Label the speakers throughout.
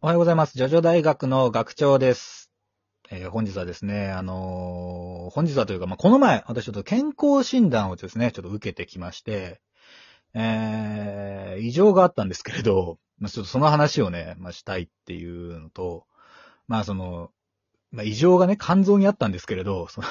Speaker 1: おはようございます。ジョジョ大学の学長です。えー本日はですね、あのー本日はというか、まあ、この前、私ちょっと健康診断をですね、ちょっと受けてきまして、えー、異常があったんですけれど、まあ、ちょっとその話をね、まあ、したいっていうのと、まあ、その、まあ、異常がね、肝臓にあったんですけれど、その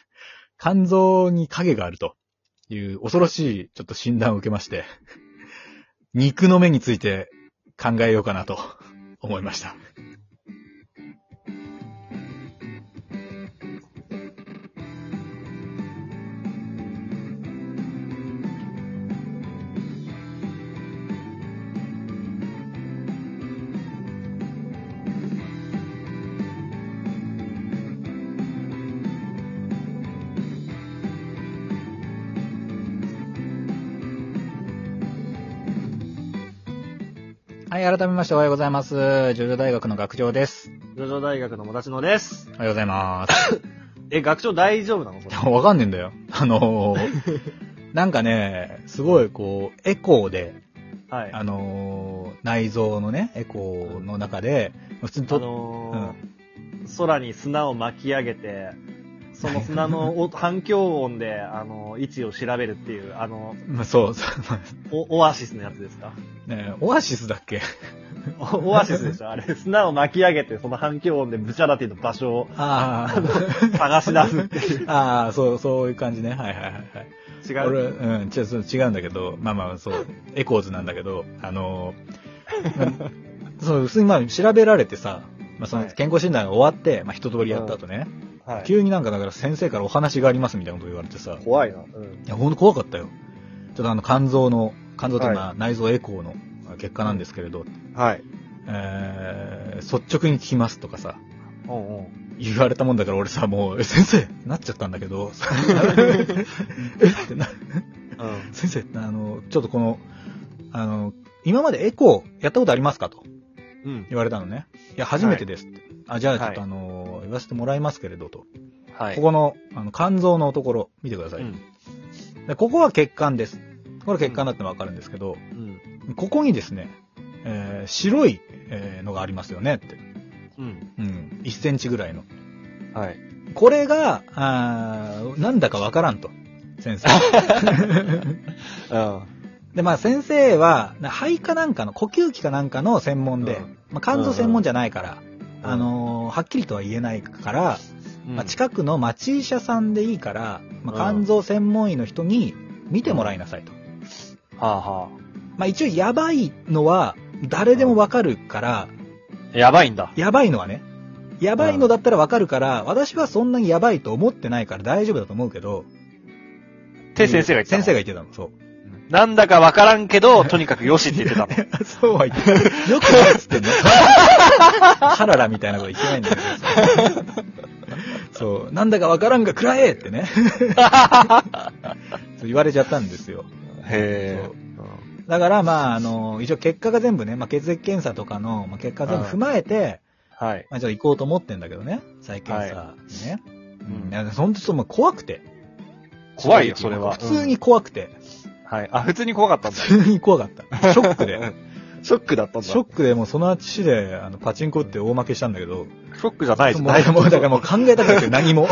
Speaker 1: 肝臓に影があるという恐ろしいちょっと診断を受けまして、肉の目について考えようかなと思いました。はい、改めましておはようございます。ジョジョ大学の学長です。
Speaker 2: ジョジョ大学のもだちのです
Speaker 1: お。はようございます。
Speaker 2: え、学長大丈夫なのこれ。
Speaker 1: わかんねえんだよ。あのー、 なんかね、すごいこう、エコーで、
Speaker 2: はい。
Speaker 1: あのー、内臓のね、エコーの中で、普通に
Speaker 2: あ
Speaker 1: と、
Speaker 2: のー空に砂を巻き上げて、その砂の音反響音で、あのー位置を調べるっていう、あの
Speaker 1: まあそう、そう、
Speaker 2: おオアシスのやつで すか
Speaker 1: ね、オアシスだっけ
Speaker 2: おオアシスでしょあれ、砂を巻き上げて、その反響音でブチャラティの場所を
Speaker 1: あ
Speaker 2: 探し出すっていう。
Speaker 1: あ、 ああ、そう、そういう感じね。はいはいはいはい。
Speaker 2: 違
Speaker 1: 俺、
Speaker 2: う。
Speaker 1: うん、ちょそう違うんだけど、まあまあ、そう、エコーズなんだけど、あのー、 そう、普通にまあ調べられてさ、まあその
Speaker 2: はい
Speaker 1: 健康診断が終わって、まあ一通りやった後ね、
Speaker 2: はい。
Speaker 1: 急になんかだから先生からお話がありますみたいなこと言われてさ、い
Speaker 2: 怖いな。うん。
Speaker 1: や、ほんと怖かったよ。ちょっとあの肝臓の、肝臓って
Speaker 2: はい
Speaker 1: まあ内臓エコーの結果なんですけれど、
Speaker 2: はい。
Speaker 1: えー、率直に聞きますとかさ、
Speaker 2: うんうん。
Speaker 1: 言われたもんだから俺さ、もう、え先生なっちゃったんだけど、 えってな、
Speaker 2: うん。
Speaker 1: 先生、あの、ちょっとこの、あの、今までエコーやったことありますかと
Speaker 2: うん。
Speaker 1: 言われたのね。いや、初めてですって。あ、じゃあちょっ
Speaker 2: はい
Speaker 1: とあの、言わせてもらいますけれどと。
Speaker 2: は
Speaker 1: ここの、あの、肝臓のところ、見てくださ
Speaker 2: う
Speaker 1: い。
Speaker 2: ん。
Speaker 1: でここは血管です。これは血管だってわかるんですけど、
Speaker 2: うん。
Speaker 1: ここにですね、えー白い、えーのがありますよねって。
Speaker 2: うん。
Speaker 1: うん。1センチぐらいの。
Speaker 2: はい。
Speaker 1: これが、あーなんだかわからんと。先 生。
Speaker 2: うん。
Speaker 1: で、まあ先生は、な肺かなんかの、呼吸器かなんかの専門で、
Speaker 2: うん
Speaker 1: まあ肝臓専門じゃないから、
Speaker 2: ん
Speaker 1: あのーはっきりとは言えないから、まあ、近くの町医者さんでいいから、まあ、
Speaker 2: うん
Speaker 1: 肝臓専門医の人に見てもらいなさいと。
Speaker 2: はあは
Speaker 1: まあ一応やばいのは誰でもわかるから、
Speaker 2: あ。やばいんだ。
Speaker 1: やばいのはね、やばいのだったらわかるから、私はそんなにやばいと思ってないから大丈夫だと思うけど、
Speaker 2: って先生が言ってたの。
Speaker 1: 先生が言ってたの、そう。
Speaker 2: なんだかわからんけど、とにかくよしって言ってたの。
Speaker 1: そうは言ってない。よくないっつってん の。ハララみたいなこと言ってないんだけど。そう。なんだかわからんがくらえって ね。そう言われちゃったんですよ。
Speaker 2: へ
Speaker 1: だから、まあ、あの、一応結果が全部ね、まあ、血液検査とかの、まあ、結果全部踏まえて、
Speaker 2: ー。はい。
Speaker 1: まあ、ちょっと行こうと思ってんだけどね。再検査にね。
Speaker 2: うん
Speaker 1: いや、ほんとちょっともう怖くて。
Speaker 2: 怖いよ、それは。
Speaker 1: 普通に怖くて。
Speaker 2: うん。はい。あ、普通に怖かったんだ。
Speaker 1: 普通に怖かった。ショック で。
Speaker 2: ショックだったんだ。
Speaker 1: ショックでもうその足で、あの、パチンコって大負けしたんだけど、
Speaker 2: ショックじゃない
Speaker 1: もう、もうだからも
Speaker 2: も
Speaker 1: う考えたくなくて何 も。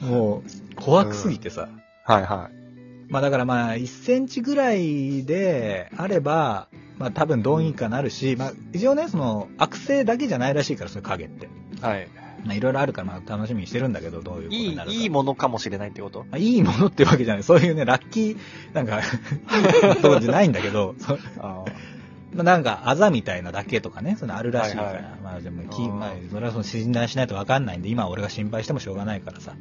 Speaker 1: もう、怖くすぎてさ。
Speaker 2: はいは
Speaker 1: まあだからまあ、1センチぐらいであれば、まあ多分どうにかなるし、まあ一応ね、その、悪性だけじゃないらしいから、その影って。
Speaker 2: い。はい。
Speaker 1: まあいろいろあるから、まあ楽しみにしてるんだけど、どういうこと
Speaker 2: い
Speaker 1: に
Speaker 2: い
Speaker 1: なる、か。
Speaker 2: いいものかもしれないってこと
Speaker 1: まあいいものってわけじゃない。そういうね、ラッキー、なんか、 とこじゃないんだけど、そう
Speaker 2: あ
Speaker 1: まあ、なんか、あざみたいなだけとかね、そのあるらしいから。
Speaker 2: はいは
Speaker 1: まあでも、
Speaker 2: あ
Speaker 1: き
Speaker 2: ー
Speaker 1: まあ、それはその診断しないとわかんないんで、今俺が心配してもしょうがないからさ。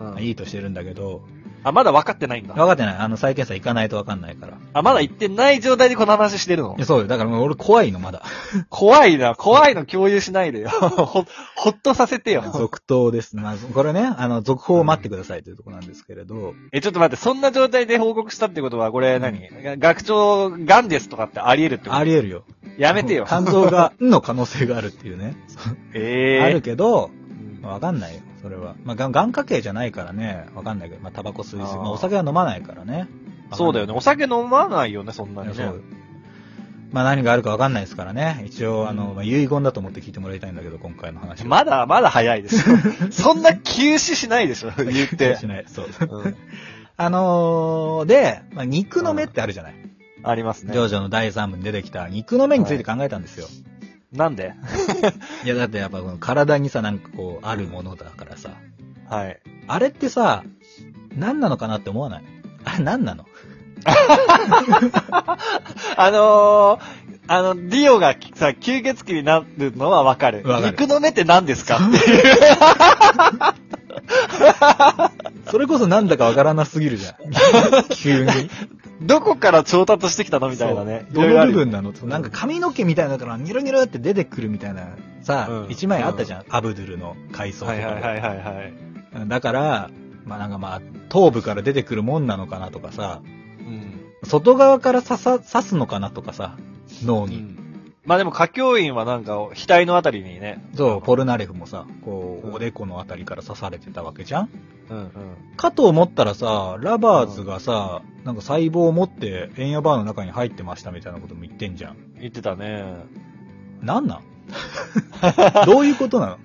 Speaker 2: あ
Speaker 1: まあいいとしてるんだけど、
Speaker 2: あ、まだ分かってないんだ。
Speaker 1: 分かってない。あの、再検査行かないと分かんないから。
Speaker 2: あ、まだ言ってない状態でこの話してるの
Speaker 1: いや、そうよ。だからもう俺怖いの、 まだ。
Speaker 2: 怖いな、怖いの共有しないでよ。ほ、ほっとさせてよ。
Speaker 1: 続投です。まあ、これね、あの、続報を待ってくださいというところなんですけれど、
Speaker 2: え、ちょっと待って、そんな状態で報告したってことは、これ何、学長、ガンですとかってあり得るってこ
Speaker 1: あり得るよ。
Speaker 2: とやめてよ。
Speaker 1: 肝臓が、んの可能性があるっていうね。
Speaker 2: ええ
Speaker 1: あるけど、
Speaker 2: うん
Speaker 1: まあ分かんないよ、それは。まあ、がん、眼科系じゃないからね、分かんないけど、まあ、タバコ吸いすぎ、
Speaker 2: あー
Speaker 1: まあ、お酒は飲まないからね。
Speaker 2: そうだよね。お酒飲まないよね、そんな
Speaker 1: わかんない
Speaker 2: に
Speaker 1: いや
Speaker 2: ね
Speaker 1: そう。まあ何があるかわかんないですからね。一応、あの、まあ、遺言だと思って聞いてもらいたいんだけど、今回の話は。
Speaker 2: まだ、まだ早いで すよ。そんな休止しないでしょ、言って。
Speaker 1: しない。そう。
Speaker 2: うん
Speaker 1: あのー、で、まあ、肉の目ってあるじゃない。
Speaker 2: ありま
Speaker 1: ジ
Speaker 2: すね。
Speaker 1: ョジョの第3部に出てきた肉の目について考えたんですよ。
Speaker 2: なんで
Speaker 1: い、や、だってやっぱこの体にさ、なんかこう、あるものだからさ。
Speaker 2: はい。
Speaker 1: あれってさ、何なのかなって思わないあれ何なの
Speaker 2: あのー、あの、ディオがさ、吸血鬼になるのはわかる。
Speaker 1: わかる
Speaker 2: 肉の目って何で すかって。
Speaker 1: それこそなんだかわからなすぎる じゃん。急に。
Speaker 2: どこから調達してきたのみたいなね。
Speaker 1: そうど
Speaker 2: いろいろあ
Speaker 1: の
Speaker 2: る
Speaker 1: 部
Speaker 2: よ
Speaker 1: 分なのそうなんか髪の毛みたいなのからニュルニュルって出てくるみたいなさ
Speaker 2: う、ん
Speaker 1: 一、枚あったじゃん。アブドゥルの階層とか
Speaker 2: はい
Speaker 1: で、
Speaker 2: はいはいはいはい。
Speaker 1: だから、まあなんかまあ、頭部から出てくるもんなのかなとかさ、
Speaker 2: うん。
Speaker 1: 外側から刺さ、刺すのかなとかさ、脳
Speaker 2: う
Speaker 1: に。
Speaker 2: んまあでも、歌教員はなんか、額のあたりにね。
Speaker 1: そう、ポルナレフもさ、こう、
Speaker 2: うん
Speaker 1: おでこのあたりから刺されてたわけじゃん
Speaker 2: うんうん。
Speaker 1: かと思ったらさ、ラバーズがさ、なんか細胞を持って、エンヤバーの中に入ってましたみたいなことも言ってんじゃん。
Speaker 2: 言ってたね。
Speaker 1: なん なんどういうことなの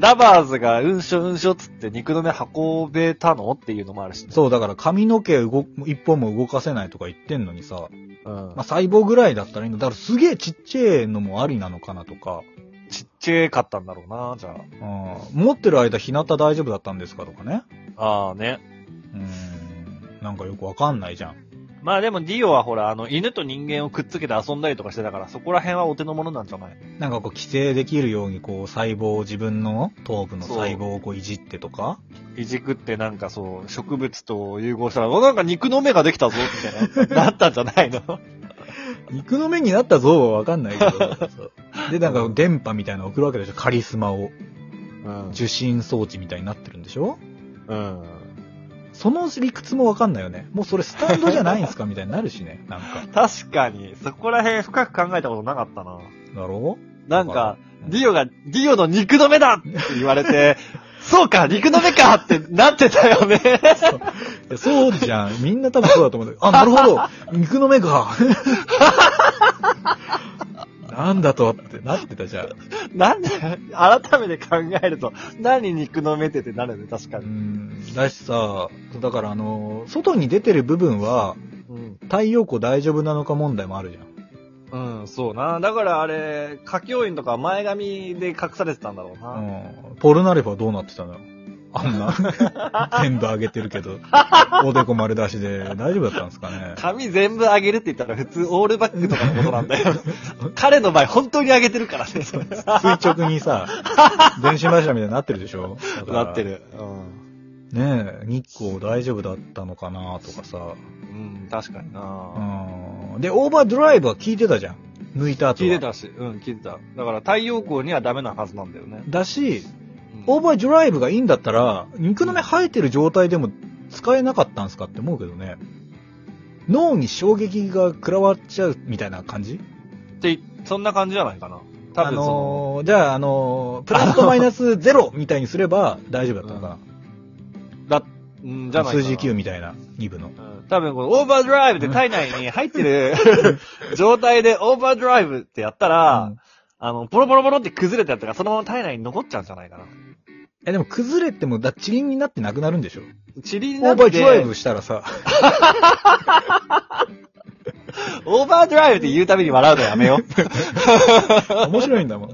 Speaker 2: ラバーズが、うんしょうんしょっつって肉の目運べたのっていうのもあるし、ね。
Speaker 1: そう、だから髪の毛動く、一本も動かせないとか言ってんのにさ、
Speaker 2: うん
Speaker 1: まあ、。細胞ぐらいだったらいいんだ。だからすげえちっちゃいのもありなのかなとか、
Speaker 2: ちっちゃかったんだろうな、じゃ
Speaker 1: うん、持ってる間日向大丈夫だったんですかとかね。
Speaker 2: あ。ああね。
Speaker 1: うん、なんかよくわかんないじゃん。
Speaker 2: まあでもディオはほら、あの、犬と人間をくっつけて遊んだりとかしてたから、そこら辺はお手の物なんじゃない
Speaker 1: なんかこう規制できるようにこう細胞を自分の頭部の
Speaker 2: そう
Speaker 1: 細胞をこういじってとか。
Speaker 2: いじくってなんかそう、植物と融合したら、おなんか肉の目ができたぞ、みたいな、なったんじゃないの
Speaker 1: 肉の目になった像はわかんないけど。そうで、なんか電波みたいなの送るわけでしょ。カリスマを。
Speaker 2: うん。
Speaker 1: 受信装置みたいになってるんでしょ
Speaker 2: うん。
Speaker 1: その理屈もわかんないよね。もうそれスタンドじゃないんすかみたいになるしね。なんか。
Speaker 2: 確かに、そこら辺深く考えたことなかったな。
Speaker 1: だろ
Speaker 2: なんか、
Speaker 1: うん
Speaker 2: ディオが、ディオの肉の目だって言われて、 そうか、肉の目かってなってたよね。
Speaker 1: うそうじゃん。み んな多分そうだと思うんだけど。あ、なるほど肉の目か なんだとってなってたじゃん。
Speaker 2: なんで、改めて考えると、何肉の目ってってなるね、確か
Speaker 1: う
Speaker 2: に。
Speaker 1: ん。だしさ、だからあの、外に出てる部分は
Speaker 2: うん。
Speaker 1: 太陽光大丈夫なのか問題もあるじゃん。
Speaker 2: うん、そうな。だからあれ、歌教員とか前髪で隠されてたんだろうな。
Speaker 1: うんポルナレフはどうなってたのよあんな、全部上げてるけど、おでこ丸出しで大丈夫だったんですかね
Speaker 2: 髪全部上げるって言ったら普通オールバックとかのことなんだ よ。彼の場合本当に上げてるからね。
Speaker 1: 垂直に さ、電信柱みたいになってるでしょだから
Speaker 2: なって。る。うん。
Speaker 1: ねえ、日光大丈夫だったのかなとかさ。
Speaker 2: うん、確かに
Speaker 1: う
Speaker 2: な。
Speaker 1: ん。で、オーバードライブは聞いてたじゃん。抜いた後
Speaker 2: 聞
Speaker 1: はい
Speaker 2: て。たし、うん、聞いてた。だから太陽光にはダメなはずなんだよね。
Speaker 1: だし、
Speaker 2: うん
Speaker 1: オーバードライブがいいんだったら、肉の目生えてる状態でも使えなかったんすかって思うけどね。脳に衝撃が食らわっちゃうみたいな感じ
Speaker 2: って、そんな感じじゃないかな。多
Speaker 1: あ
Speaker 2: 分その、
Speaker 1: のーじゃあ、あのープラスとマイナスゼロみたいにすれば大丈夫だったのか な。
Speaker 2: だ、うん、じゃないか
Speaker 1: 数
Speaker 2: な。
Speaker 1: 字9みたいな、2部の。
Speaker 2: うん多分このオーバードライブで体内に入って る状態でオーバードライブってやったら、
Speaker 1: うん
Speaker 2: あの、ポロポロポロって崩れたやつがそのまま体内に残っちゃうんじゃないかな。
Speaker 1: え、でも崩れても、だ、チリンになってなくなるんでしょ
Speaker 2: チリに
Speaker 1: オ
Speaker 2: な
Speaker 1: ー
Speaker 2: って、
Speaker 1: バードライブしたら さ、
Speaker 2: オーバードライブって言うたびに笑うのや めよう。
Speaker 1: 面白いんだもん。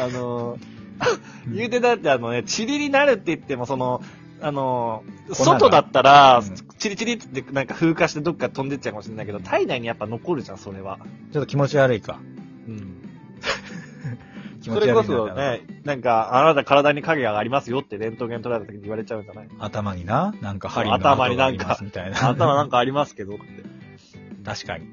Speaker 2: あのー、言うてだってあのね、チリになるって言ってもその、あのー、
Speaker 1: 粉が
Speaker 2: 外だったら
Speaker 1: うん、
Speaker 2: チリチリってなんか風化してどっか飛んでっちゃうかもしれないけど、体内にやっぱ残るじゃん、それは。
Speaker 1: ちょっと気持ち悪いか。
Speaker 2: うん。
Speaker 1: 気
Speaker 2: そ
Speaker 1: 持ち
Speaker 2: れこ
Speaker 1: 悪いな
Speaker 2: そね、なんか、あなた体に影がありますよってレントゲン取られた時に言われちゃうんじゃない
Speaker 1: 頭にな、なんか針の跡
Speaker 2: 頭に
Speaker 1: が
Speaker 2: な
Speaker 1: あ
Speaker 2: ん
Speaker 1: り
Speaker 2: か
Speaker 1: ますみたいな。
Speaker 2: 頭なんかありますけどって。
Speaker 1: 確かに。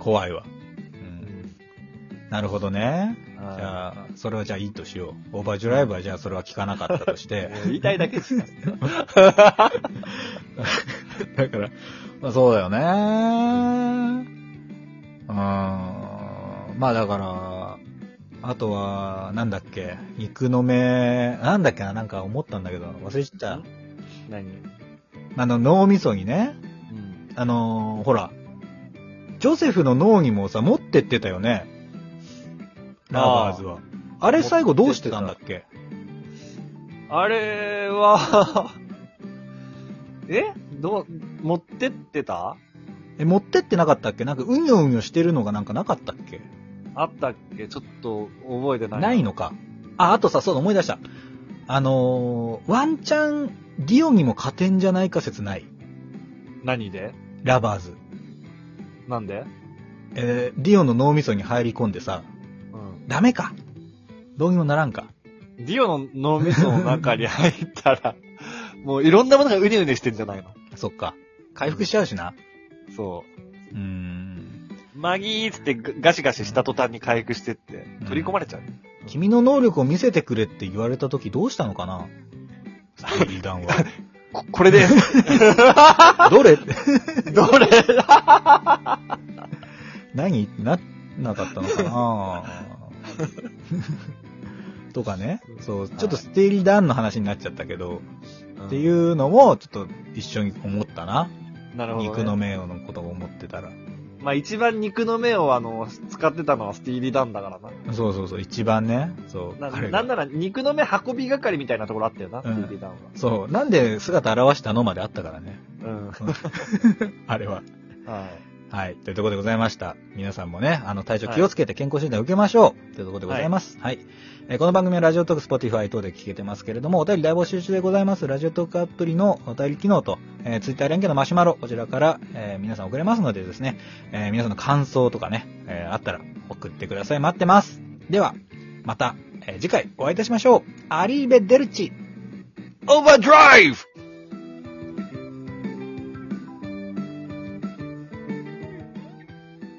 Speaker 1: 怖いわ。うん。なるほどね。じゃ
Speaker 2: あ
Speaker 1: あ、それはじゃあいいとしよう。オーバードライブはじゃあそれは聞かなかったとして。
Speaker 2: 言いたいだけですよ。
Speaker 1: だから、まあそうだよね。うーん。まあだから、あとは、なんだっけ、肉の目、なんだっけな、なんか思ったんだけど、忘れちゃった。
Speaker 2: 何
Speaker 1: あの、脳みそにね、あのーほら、ジョセフの脳にもさ、持ってってたよね。ラバーズは。あれ最後どうしてたんだっけ
Speaker 2: あれは え、どう、持ってってた
Speaker 1: え、持ってってなかったっけなんか、うにょうにょしてるのがなんかなかったっけ
Speaker 2: あったっけちょっと覚えてない。
Speaker 1: ないのか。あ、あとさ、そうだ、思い出した。あのー、ワンチャン、ディオにも勝てんじゃないか説ない。
Speaker 2: 何で
Speaker 1: ラバーズ。
Speaker 2: なんで
Speaker 1: えーディオの脳みそに入り込んでさ、
Speaker 2: うん。
Speaker 1: ダメか。どうにもならんか。
Speaker 2: ディオの脳みその中に入ったら、 もういろんなものがうねうねしてんじゃないの
Speaker 1: そっか。回復しちゃうしな。
Speaker 2: そう
Speaker 1: ーん。
Speaker 2: う。マギーっつってガシガシした途端に回復してって、取り込まれちゃう。
Speaker 1: 君の能力を見せてくれって言われた時どうしたのかなステイリーダンは。
Speaker 2: ここれです。
Speaker 1: どれ、
Speaker 2: どれ
Speaker 1: 何な、なかったのか なとかね。そう、ちょっとステイリーダンの話になっちゃったけど、ってい
Speaker 2: うん。
Speaker 1: うのも、ちょっと一緒に思ったな。
Speaker 2: なるほど、ね。
Speaker 1: 肉の目のことを思ってたら。
Speaker 2: まあ一番肉の目をあの、使ってたのはスティービー・ダンだからな。
Speaker 1: そうそうそう、一番ね。そう。
Speaker 2: な
Speaker 1: 彼が
Speaker 2: なんなら肉の目運び係みたいなところあったよな、スティービー・ダンは。
Speaker 1: そう。なんで姿現したのまであったからね。
Speaker 2: うん。は
Speaker 1: あれは。
Speaker 2: い。
Speaker 1: はい。というところでございました。皆さんもね、あの、体調気をつけて健康診断を受けましょう。というところでございます。はい、えーこの番組はラジオトーク、スポティファイ等で聞けてますけれども、お便り大募集中でございます。ラジオトークアプリのお便り機能と、えツイッター Twitter 連携のマシュマロ、こちらから、えー皆さん送れますのでですね、えー皆さんの感想とかね、えーあったら送ってください。待ってます。では、また、えー次回お会いいたしましょう。アリーベ・デルチ。
Speaker 2: オーバードライブ